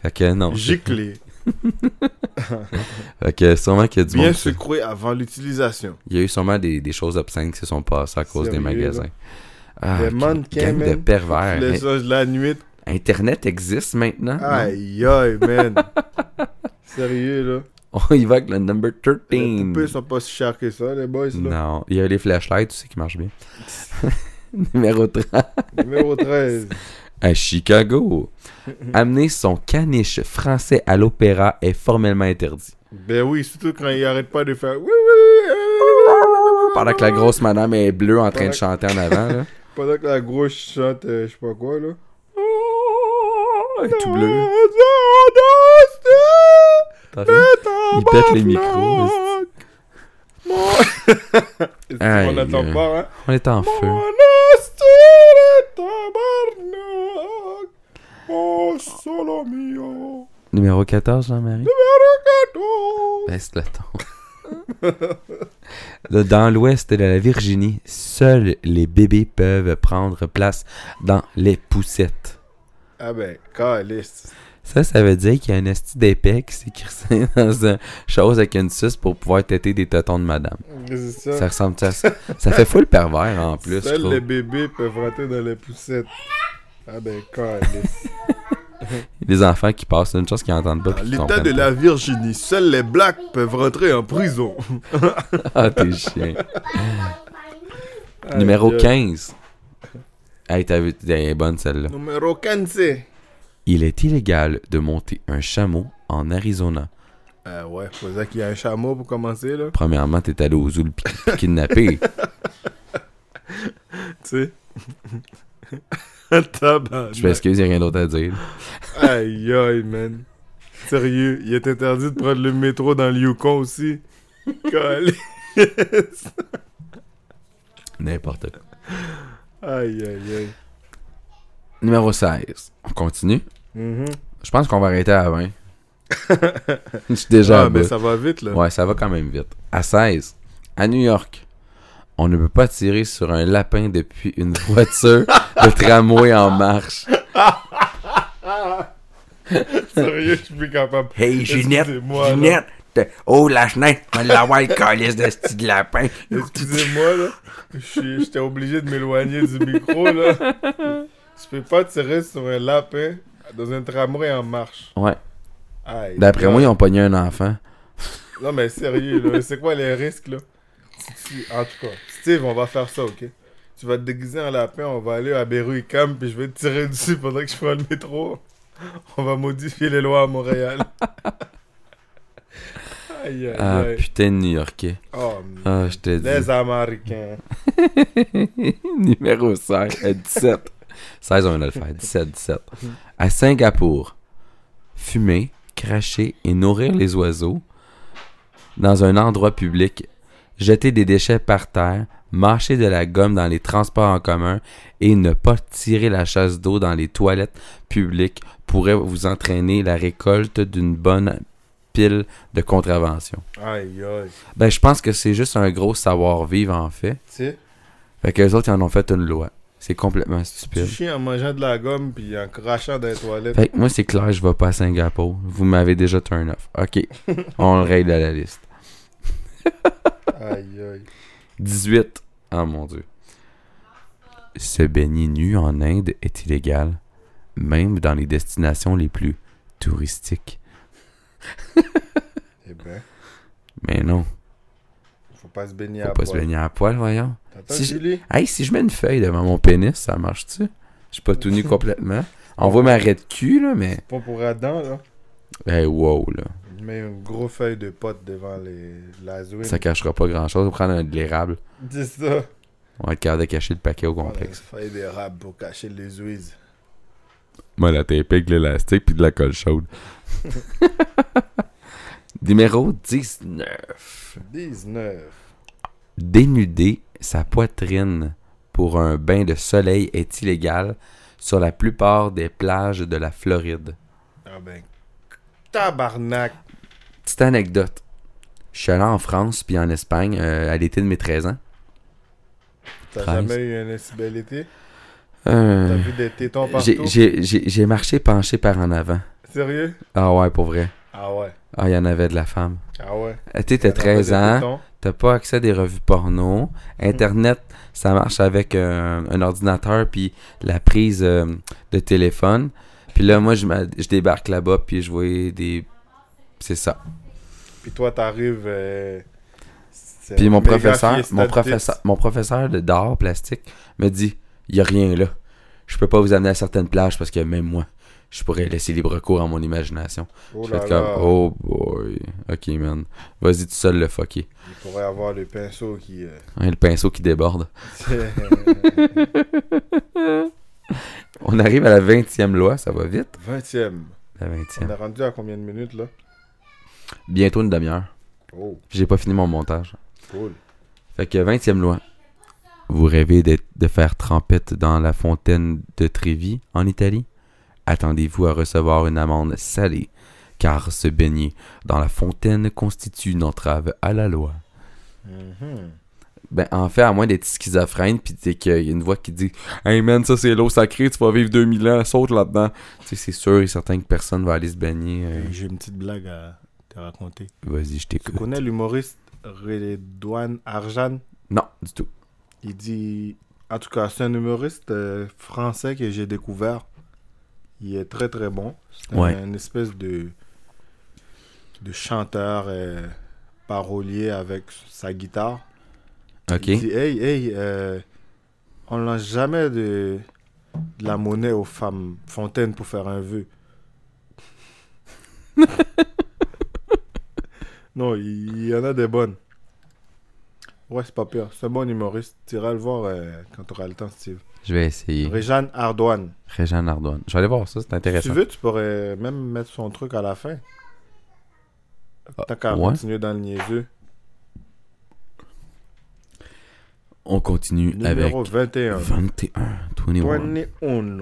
fait que non.
Giclé.
Fait que sûrement qu'il y a du
Bien
monde.
secoué avant l'utilisation.
Il y a eu sûrement des, des choses obscènes qui se sont passées à cause des
Sérieux,
magasins. Ah,
Des
g-
mannequins,
gang de
man.
pervers.
Les anges de la nuit.
In- Internet existe maintenant.
Aïe, aïe,
*laughs*
man. Sérieux, là.
On y va avec le number 13.
Les poupées sont pas si chères que ça, les boys, là.
Non, il y a les flashlights aussi qui *laughs* marchent bien. Numéro 30.
Numéro 13.
À Chicago, amener son caniche français à l'opéra est formellement interdit.
Ben oui, surtout quand ils arrêtent pas de faire. Oui, oui, oui, oui.
Pendant que la grosse madame est bleue en train de
Pendant-
chanter en avant, là.
Pendant que la grosse chante, euh, je sais pas quoi, là.
Elle est tout bleu. T'as vu?
Il
Il pète les micros,
*laughs*
Aïe,
On n'entend
euh,
pas, hein.
On est en feu.
Mon hostie de tabarnak. Oh, solo mio.
Numéro 14, Jean-Marie.
Oh.
Baisse le ton. dans l'ouest de la Virginie, seuls les bébés peuvent prendre place dans les poussettes.
Ah ben, caliste.
Ça, ça veut dire qu'il y a un esti d'épée qui s'est crissé *laughs* dans une chose avec une suce pour pouvoir têter des tétons de madame.
C'est ça.
Ça ressemble à ça. Ça fait full
*laughs*
pervers en plus. je
Seuls
trouve.
les bébés peuvent rentrer dans les poussettes. Ah ben, caliste.
Les enfants qui passent, une chance qu'ils n'entendent pas.
Dans
puis qu'ils
l'état
comprennent
de
pas.
la Virginie, seuls les blacks peuvent rentrer en prison.
Ah, t'es chien.
*laughs* Aïe,
*laughs* Numéro
aïe.
15. Hey, t'as vu, elle est bonne celle-là.
Numéro 15.
Il est illégal de monter un chameau en Arizona.
Ah ouais, faut dire qu'il y a un chameau pour commencer, là.
Premièrement, t'es allé au zoo le pi- *laughs* kidnapper.
Tu sais. *laughs* Tabarnak.
Je m'excuse, il n'y a rien d'autre à dire.
Aïe, aïe, man. Sérieux, il est interdit de prendre le métro dans le Yukon aussi. *laughs* Calé.
N'importe quoi.
aïe, aïe, aïe.
Numéro 16. On continue.
Mhm.
Je pense qu'on va arrêter à 20. *laughs* Je suis déjà
ah,
à bas.
mais ça va vite, là.
Ouais, ça va quand même vite. À 16, à New York, on ne peut pas tirer sur un lapin depuis une *laughs* voiture de tramway en marche.
Sérieux, je suis plus capable.
Hey, Ginette,
Excusez-moi, là.
Ginette, t'es- oh la chenette, tu vas l'avoir
*laughs*
le calice de ce petit lapin.
Excusez-moi, là. Je suis- J'étais obligé de m'éloigner du micro, là. Tu peux pas tirer sur un lapin dans un tramway en marche.
Ouais.
Aïe.
D'après
aïe.
moi, ils ont pogné un enfant.
Non, mais sérieux, là, c'est quoi les risques, là? Si tu- En tout cas, Steve, on va faire ça, ok? Tu vas te déguiser en lapin, on va aller à Beru Camp, puis je vais te tirer dessus pendant que je prends le métro. On va modifier les lois à Montréal. aïe, aïe,
Ah,
aïe.
putain de New-Yorkais.
Oh,
Ah, je te dis.
les Américains.
Numéro 16, à 17. 16, on vient de le faire. 17, 17. À Singapour, fumer, cracher et nourrir les oiseaux dans un endroit public, jeter des déchets par terre, mâcher de la gomme dans les transports en commun et ne pas tirer la chasse d'eau dans les toilettes publiques pourrait vous entraîner la récolte d'une bonne pile de contraventions.
Aïe, aïe.
Ben, je pense que c'est juste un gros savoir-vivre, en fait.
Tu sais,
Fait que les autres, ils en ont fait une loi. C'est complètement
tu
stupide.
chies en mangeant de la gomme, puis en crachant dans les toilettes.
Fait que moi, c'est clair, je vais pas à Singapour. Vous m'avez déjà turn off. OK.
*laughs*
On le règle à la liste.
Aïe, aïe.
18. Ah mon dieu. Se baigner nu en Inde est illégal, même dans les destinations les plus touristiques.
Eh ben,
Mais non,
faut pas se baigner
faut
à
pas se
poil.
baigner à poil, voyons.
T'entends,
Si je-
Julie?
Hey, si je mets une feuille devant mon pénis, ça marche-tu? Je suis pas tout
*laughs*
nu complètement. On voit ma raie de cul, là, mais...
Pas pour Adam, là.
Hey, wow, là.
Je mets une grosse feuille de pote devant les... la zone.
Ça cachera pas grand-chose. On va prendre un- de l'érable.
Dis ça.
On va être capable de cacher le paquet au
Voilà, une
complexe.
feuille d'érable pour cacher les ouïes.
Moi, la tape avec l'élastique puis de la colle chaude. *laughs* Numéro 19.
19.
Dénuder sa poitrine pour un bain de soleil est illégal sur la plupart des plages de la Floride.
Ah ben, tabarnak.
Petite anecdote. Je suis allé en France puis en Espagne euh, à l'été de mes 13 ans.
T'as
Treize.
jamais eu un aussi bel été? T'as
Euh,
vu des tétons
j'ai-
partout?
j'ai j'ai- j'ai marché penché par en avant.
Sérieux?
Ah ouais, pour vrai.
Ah ouais.
Ah, il y en avait de la femme.
Ah ouais.
Euh, Tu sais, t'as
T'en as
13
pas des
ans.
tétons?
T'as pas accès à des revues porno. Internet, ça marche avec euh, un ordinateur puis la prise euh, de téléphone. Puis là, moi, je, m'a- je débarque là-bas puis je voyais des... C'est ça.
Puis toi, t'arrives... euh, c'est
Puis
un
mon
méga
professeur,
fiesta
mon
de
professeur, mon professeur de d'art plastique me dit, y a rien là. Je peux pas vous amener à certaines plages parce que même moi, je pourrais laisser libre cours à mon imagination.
tits. Oh
je vais
là
être comme,
là.
oh boy, ok man, vas-y tout seul le fucker.
Il pourrait avoir le pinceau qui... euh, *laughs*
Hein, le pinceau qui déborde.
c'est-
On arrive à la 20e loi, ça va vite.
20e.
La
On
20e.
est rendu à combien de minutes, là?
Bientôt une demi-heure.
Oh,
J'ai pas fini mon montage.
cool.
Fait que 20e loi. Vous rêvez d'être- de faire trempette dans la fontaine de Trévi, en Italie? Attendez-vous à recevoir une amende salée, car se baigner dans la fontaine constitue une entrave à la loi.
Mhm.
Ben, en fait, à moins d'être schizophrène, pis t'sais qu'il y a une voix qui dit Hey man, ça c'est l'eau sacrée, tu vas vivre 2000 ans, saute là-dedans. Tu sais, c'est sûr et certain que personne va aller se baigner. euh.
J'ai une petite blague à te raconter.
Vas-y, je
Tu
t'écoute.
connais l'humoriste Redouane Arjan
Non, du tout.
Il dit. En tout cas, c'est un humoriste euh, français que j'ai découvert. Il est très très bon. C'est
Ouais.
un, une espèce de, de chanteur euh, parolier avec sa guitare.
OK.
Il dit Hey, hey, euh, on lance jamais de, de la monnaie aux femmes fontaines pour faire un
*laughs*
vœu. non, il il y, en a des bonnes. Ouais, c'est pas pire. C'est un bon humoriste. Tu iras le voir euh, quand tu auras le temps, Steve.
Je vais essayer.
Réjeanne Ardouane.
Réjeanne Ardouane. Je vais aller voir ça, c'est
Si
intéressant.
tu veux, tu pourrais même mettre son truc à la fin. T'as qu'à
Ah, ouais.
continuer dans le niaiseux.
On continue
Numéro
avec
21.
21. 21.
21.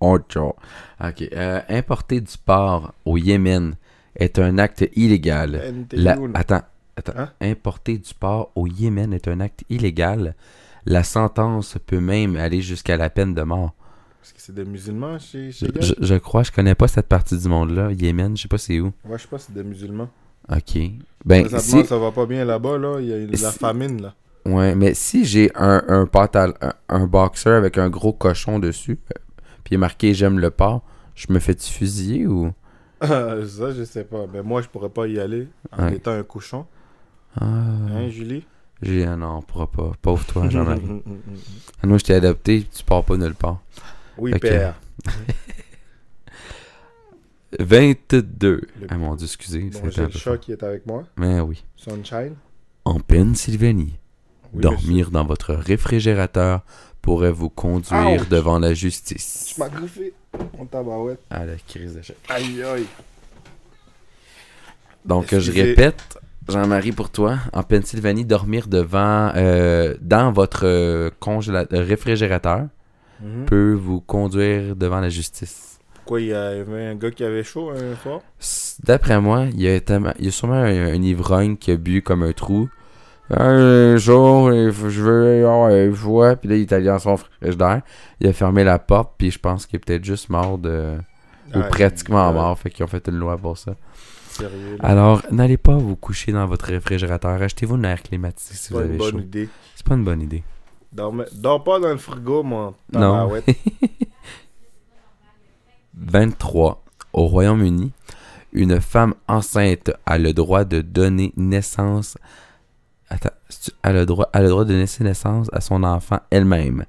Ocho. OK. Euh, importer du porc au Yémen est un acte illégal. La-
21.
Attends. attends.
Hein?
Importer du porc au Yémen est un acte illégal. La sentence peut même aller jusqu'à la peine de mort.
Parce que c'est des musulmans chez, chez Gad?
Je, je crois, je connais pas cette partie du monde-là. Yémen, je sais pas c'est où.
Ouais, je sais pas, c'est des musulmans.
OK. Ben,
Présentement,
si,
ça va pas bien là-bas, là. Il y a une- la
Si-
famine, là. *laughs*
ouais, mais si j'ai un, un, pantal- un, un boxer avec un gros cochon dessus, euh, puis il est marqué « J'aime le porc », je me fais-tu fusiller ou...
ça, je sais pas. Mais moi, je pourrais pas y aller en
Ouais.
étant un cochon.
Ah,
Hein, Julie?
j'ai... ah non, on pourra pas. Pauvre
*laughs*
toi, Jean-Marie.
Mm, mm, mm, mm.
Ah non, je t'ai adopté, tu pars pas nulle part.
Oui,
Ok.
père.
22.
Le-
Ah mon dieu, excusez.
Bon,
c'était
j'ai
un
le
peu
chat
fort.
qui est avec moi.
Mais oui.
Sunshine.
En Pennsylvanie,
Oui,
dormir dans votre réfrigérateur pourrait vous conduire
Ouch.
devant la
monsieur.
justice.
Tu m'as griffé mon tabarouette.
Ah, la crise de choc.
Aïe, aïe.
Donc, je
Excusez.
répète, Jean-Marie, pour toi, en Pennsylvanie, dormir devant, euh, dans votre euh, congéla- euh, réfrigérateur
Mhm.
peut vous conduire devant la justice.
Pourquoi il y avait un gars qui avait chaud un soir?
S- D'après moi, il y a, tellement- il y a sûrement un, un ivrogne qui a bu comme un trou. Un jour, il faut- je veux avoir une fois, puis là, il est allé dans son frigidaire. Il a fermé la porte, puis je pense qu'il est peut-être juste mort de. Ou
Ah,
pratiquement
il-
mort, fait qu'ils ont fait une loi pour ça.
Sérieux. là.
Alors, n'allez pas vous coucher dans votre réfrigérateur. Achetez-vous une air climatisée si
C'est
vous
pas une
avez
bonne
chaud.
idée.
C'est pas une bonne idée.
Dors, dors pas dans le frigo, mon
Non.
tabarouette.
*laughs* 23. Au Royaume-Uni, une femme enceinte a le droit de donner naissance. Attends, c'est-tu- a le droit, a le droit de laisser naissance à son enfant elle-même,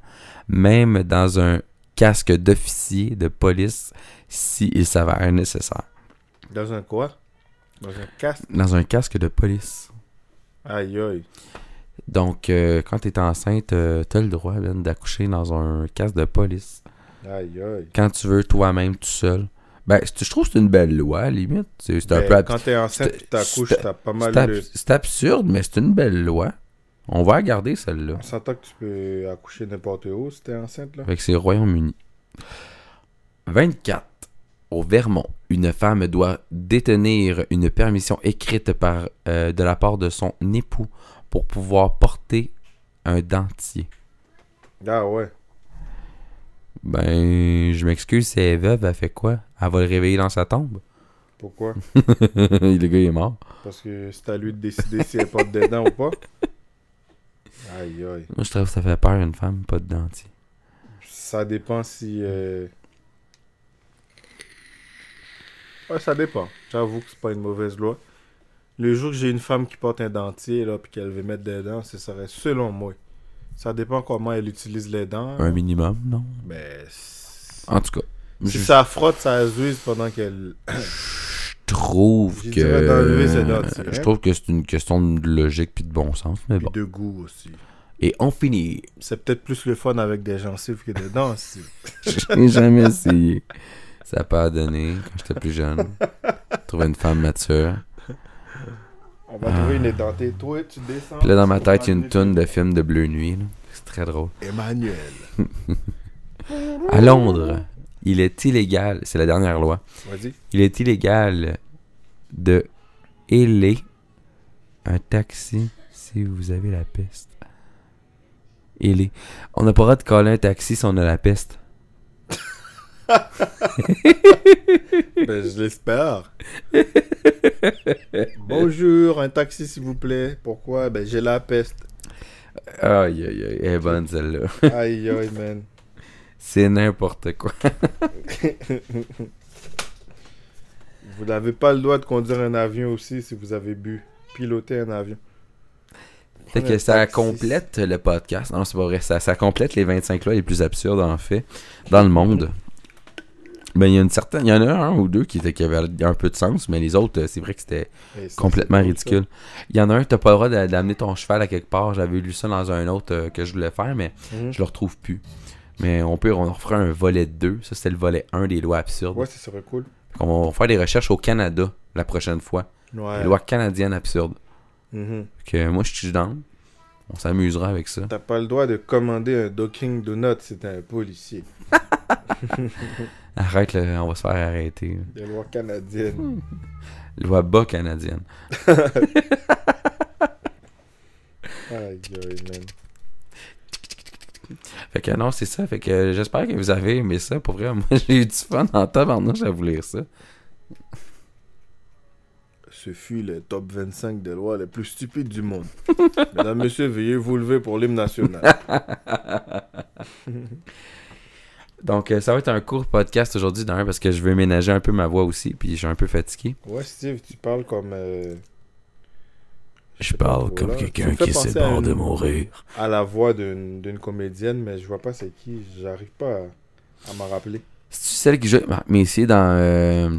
même dans un casque d'officier de police si il s'avère nécessaire.
Dans un quoi? Dans un casque?
Dans un casque de police.
Aïe, aïe.
Donc, euh, quand t'es enceinte, euh, t'as le droit Ben, d'accoucher dans un casque de police.
Aïe, aïe.
Quand tu veux, toi-même, tout seul. Ben, c'est- je trouve que c'est une belle loi, à la limite. C'est c'est un
Ben,
peu ab-
Quand t'es enceinte
c'est-
tu t'accouches,
c'est-
t'as pas mal
C'est ab-
de...
c'est absurde, mais c'est une belle loi. On va la garder celle-là.
On s'entend que tu peux accoucher n'importe où si t'es enceinte, là.
Fait que c'est Royaume-Uni. 24. Au Vermont, une femme doit détenir une permission écrite par, euh, de la part de son époux pour pouvoir porter un dentier.
Ah ouais.
Ben, je m'excuse, c'est elle est veuve, elle fait quoi? Elle va le réveiller dans sa tombe?
Pourquoi?
*laughs* le gars il est mort.
Parce que c'est à lui de décider si elle porte des dents ou pas. Aïe, aïe.
Moi, je trouve que ça fait peur une femme, pas de dentier.
Ça dépend si... euh, Ouais, ça dépend. J'avoue que c'est pas une mauvaise loi. Le jour que j'ai une femme qui porte un dentier, là, puis qu'elle veut mettre des dents, ce serait selon moi. Ça dépend comment elle utilise les dents.
Un minimum, non?
Ben, si
En tout cas, je
ça frotte, ça zuse pendant qu'elle...
trouve
Je
que.
dirais d'enlever ces dentiers,
Je
hein.
trouve que c'est une question de logique puis de bon sens, mais
Puis
bon.
de goût aussi.
Et on finit.
C'est peut-être plus le fun avec des gencives que des dents aussi.
*laughs* J'ai jamais essayé. Ça n'a pas donné quand j'étais plus jeune. Trouver une femme mature.
On va trouver une édentée. Toi, tu descends.
Ah. Puis là, dans ma tête, il y a une toune de film de Bleu Nuit. là. C'est très drôle.
Emmanuel.
À Londres, il est illégal, c'est la dernière loi, *laughs*
Vas-y.
il est illégal de héler un taxi si vous avez la peste. Héler. On n'a pas le droit de coller un taxi si on a la peste.
Ben, je
*laughs*
l'espère. Bonjour, un taxi s'il vous plaît. Pourquoi Ben, j'ai la peste.
Aïe, aïe, aïe, elle est bonne celle-là. *laughs*
Aïe, aïe, man.
C'est n'importe quoi.
Vous n'avez pas le droit de conduire un avion aussi si vous avez bu. Piloter un avion.
Fait
Ouais,
que ça
taxi.
complète le podcast. Non, c'est pas vrai. Ça, ça complète les 25 lois les plus absurdes, en fait, dans le monde. Ben, il y, a une certaine, il y en a un ou deux qui, étaient- qui avaient un peu de sens, mais les autres, euh, c'est vrai que c'était
Et ça,
complètement
Eh, c'est cool,
ridicule. Il y en a un, t'as pas le droit d'a- d'amener ton cheval à quelque part. J'avais lu ça dans un autre euh, que je voulais faire, mais
ça. Mhm.
je le retrouve plus. Mais on peut, on en refera un volet 2. Ça, c'était le volet 1 des lois absurdes.
Ouais, ça serait cool.
On va faire des recherches au Canada la prochaine fois.
Ouais.
Les lois canadiennes absurdes.
Mhm.
Que moi, je suis down. On s'amusera avec ça.
T'as pas le droit de commander un docking donut si t'es un policier.
Arrête, là, on va se faire arrêter.
Des lois canadiennes.
Loi bas canadienne.
Aïe, aïe, man.
Fait que non, c'est ça. Fait que euh, j'espère que vous avez aimé ça. Pour vrai, *laughs* moi, j'ai eu du fun en tabarnouche à vous lire ça.
Ce fut le top 25 des lois les plus stupides du monde. Mesdames, messieurs, veuillez vous lever pour l'hymne national.
Donc, euh, ça va être un court podcast aujourd'hui, d'ailleurs, parce que je veux ménager un peu ma voix aussi, puis je suis un peu fatigué.
Ouais, Steve, tu parles comme. euh,
Je
sais pas
parle
trop,
comme
là. Tu
quelqu'un
me fais
qui
penser
est
à
bord
une-
de mourir.
à la voix d'une d'une comédienne, mais je vois pas c'est qui. J'arrive pas à, à m'en rappeler.
C'est-tu celle qui joue avec Marc Messier dans, euh,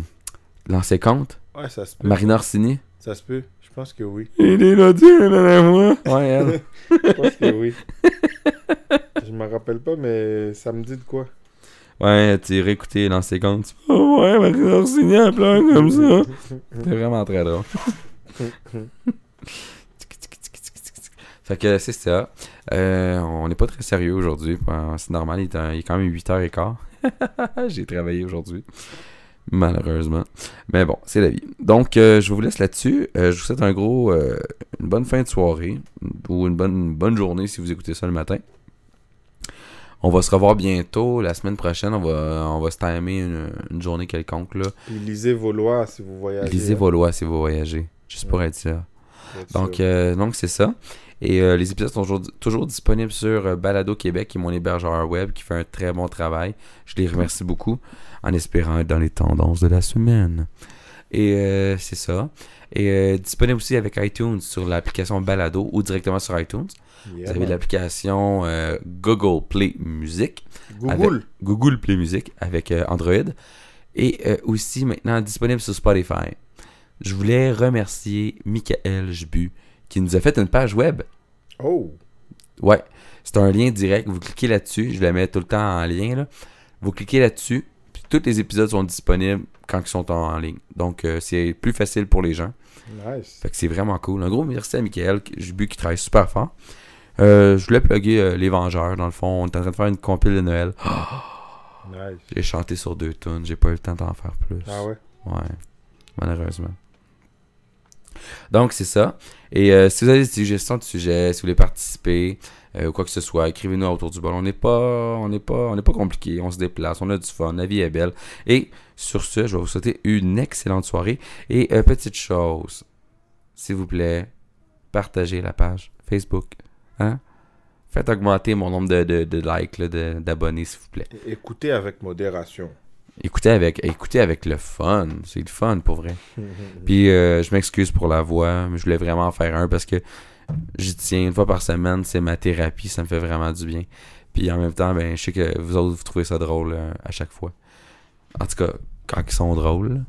dans ses comptes
Ouais, ça se peut.
Marina Orsini
Ça se peut. Je pense que oui.
Il est là, Dieu, là, moi Ouais, elle.
Je pense que oui. Je me rappelle pas, mais ça me dit de quoi.
ouais, tu réécouté dans ses comptes. Oh, ouais, Marina Orsini, elle pleure comme ça. C'est vraiment très drôle. fait que c'est ça. Euh, on n'est pas très sérieux aujourd'hui. Euh, C'est normal, il est, un- il est quand même 8h15. *laughs* J'ai travaillé aujourd'hui. Malheureusement. Mais bon, c'est la vie. Donc, euh, je vous laisse là-dessus. Euh, je vous souhaite un gros, euh, une bonne fin de soirée ou une bonne, une bonne journée si vous écoutez ça le matin. On va se revoir bientôt. La semaine prochaine, on va, on va se timer une, une journée quelconque. Là.
Puis lisez vos lois si vous voyagez.
Lisez
hein.
vos lois si vous voyagez. Juste pour
Ouais.
être sûr.
Vous êtes
Donc,
sûr.
euh, donc c'est ça. Et euh, les épisodes sont toujours, toujours disponibles sur euh, Balado Québec, qui est mon hébergeur web, qui fait un très bon travail. Je les remercie beaucoup, en espérant être dans les tendances de la semaine. Et euh, c'est ça. Et euh, disponible aussi avec iTunes sur l'application Balado ou directement sur iTunes.
Yeah,
Vous avez
man.
l'application euh, Google Play Music.
Google.
Google Play Music avec euh, Android et euh, aussi maintenant disponible sur Spotify. Je voulais remercier Michael Jbu qui nous a fait une page web.
Oh.
Ouais, c'est un lien direct. Vous cliquez là-dessus. Je la mets tout le temps en lien. Là. Vous cliquez là-dessus. Puis tous les épisodes sont disponibles quand ils sont en, en ligne. Donc euh, c'est plus facile pour les gens.
Nice.
Fait que c'est vraiment cool. Un gros merci à Michael Jbu qui travaille super fort. Euh, je voulais plugger euh, Les Vengeurs. Dans le fond, on est en train de faire une compile de Noël.
Nice.
J'ai chanté sur deux tunes, j'ai pas eu le temps d'en faire plus.
Ah ouais.
Ouais, malheureusement. Donc, c'est ça. Et euh, si vous avez des suggestions de sujets, si vous voulez participer, euh, ou quoi que ce soit, écrivez-nous à autour du bol. On n'est pas, on n'est pas, on n'est pas compliqué. On se déplace, on a du fun, la vie est belle. Et sur ce, je vais vous souhaiter une excellente soirée. Et euh, petite chose, s'il vous plaît, partagez la page Facebook. Hein? Faites augmenter mon nombre de, de, de likes, là, de- d'abonnés, s'il vous plaît.
É- Écoutez avec modération.
Écoutez avec, écoutez avec le fun. C'est le fun pour vrai. Puis euh, je m'excuse pour la voix, mais je voulais vraiment en faire un parce que j'y tiens une fois par semaine. C'est ma thérapie, ça me fait vraiment du bien. Puis en même temps, ben, je sais que vous autres, vous trouvez ça drôle euh, à chaque fois. En tout cas, quand ils sont drôles,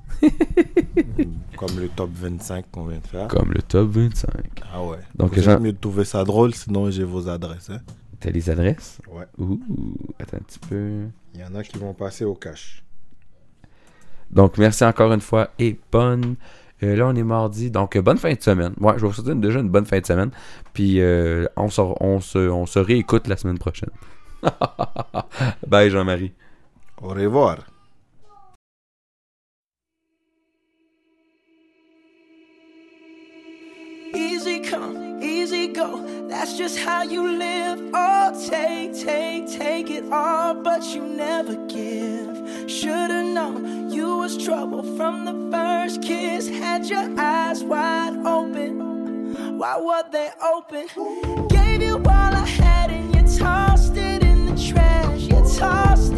Comme le top 25 qu'on vient de faire.
comme le top 25.
Ah ouais.
Donc,
Vous
Jean-
êtes mieux de trouver ça drôle, sinon j'ai vos adresses. hein.
T'as les adresses?
Ouais.
Ouh, attends un petit peu.
Il y en a qui vont passer au cash.
Donc, merci encore une fois et bonne. euh, là, on est mardi, donc euh, bonne fin de semaine. Ouais, je vous souhaite une- déjà une bonne fin de semaine. Puis euh, on, se, on, se, on se réécoute la semaine prochaine. *laughs* Bye, Jean-Marie.
Au revoir.
Easy come, easy go. That's just how you live. Oh, take, take, take it all, but you never give. Should've known you was trouble from the first kiss. Had your eyes wide open. Why were they open? Gave you all I had and you tossed it in the trash. You tossed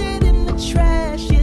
Oh,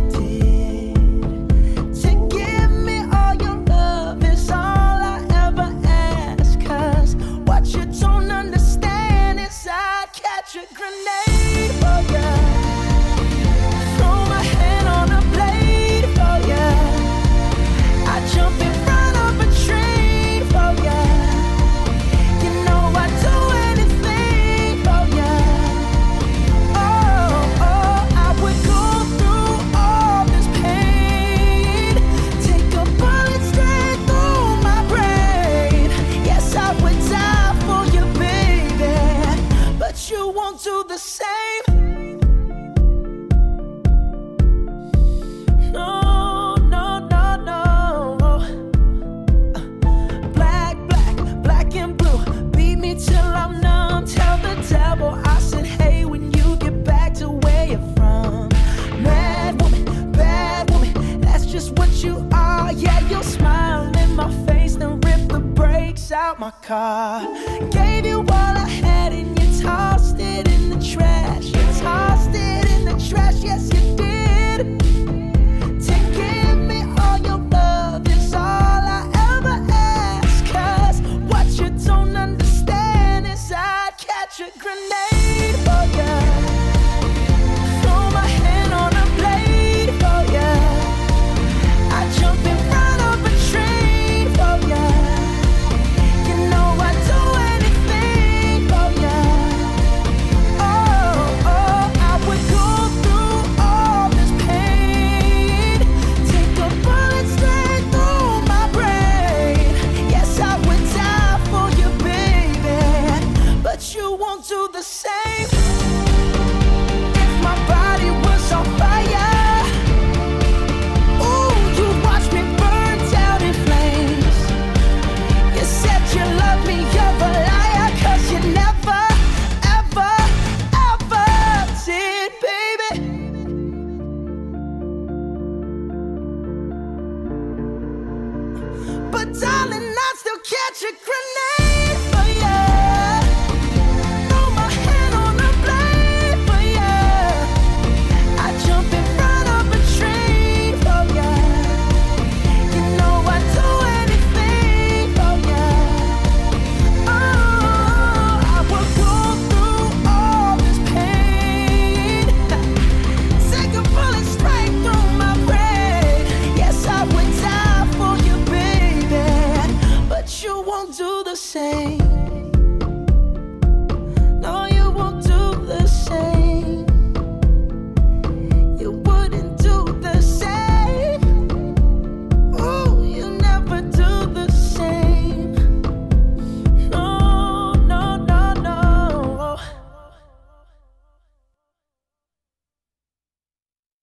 my car. Gave you all I had and you tossed it in the trash. You tossed it in the trash, yes you did. To give me all your love is all I ever ask. 'Cause what you don't understand is I'd catch a grenade for ya. Throw my hand on a blade for ya. I'd jump in front of a train for ya. You know I'd do anything for ya. Oh, oh, I would go through all this pain. Take a bullet straight through my brain. Yes, I would die for you, baby. But you won't do the same. If my body was on fire, ooh, you watch me burn down in flames. You said you love me, you're a liar, 'cause you never, ever, ever did, baby. But darling, I still catch a Oh,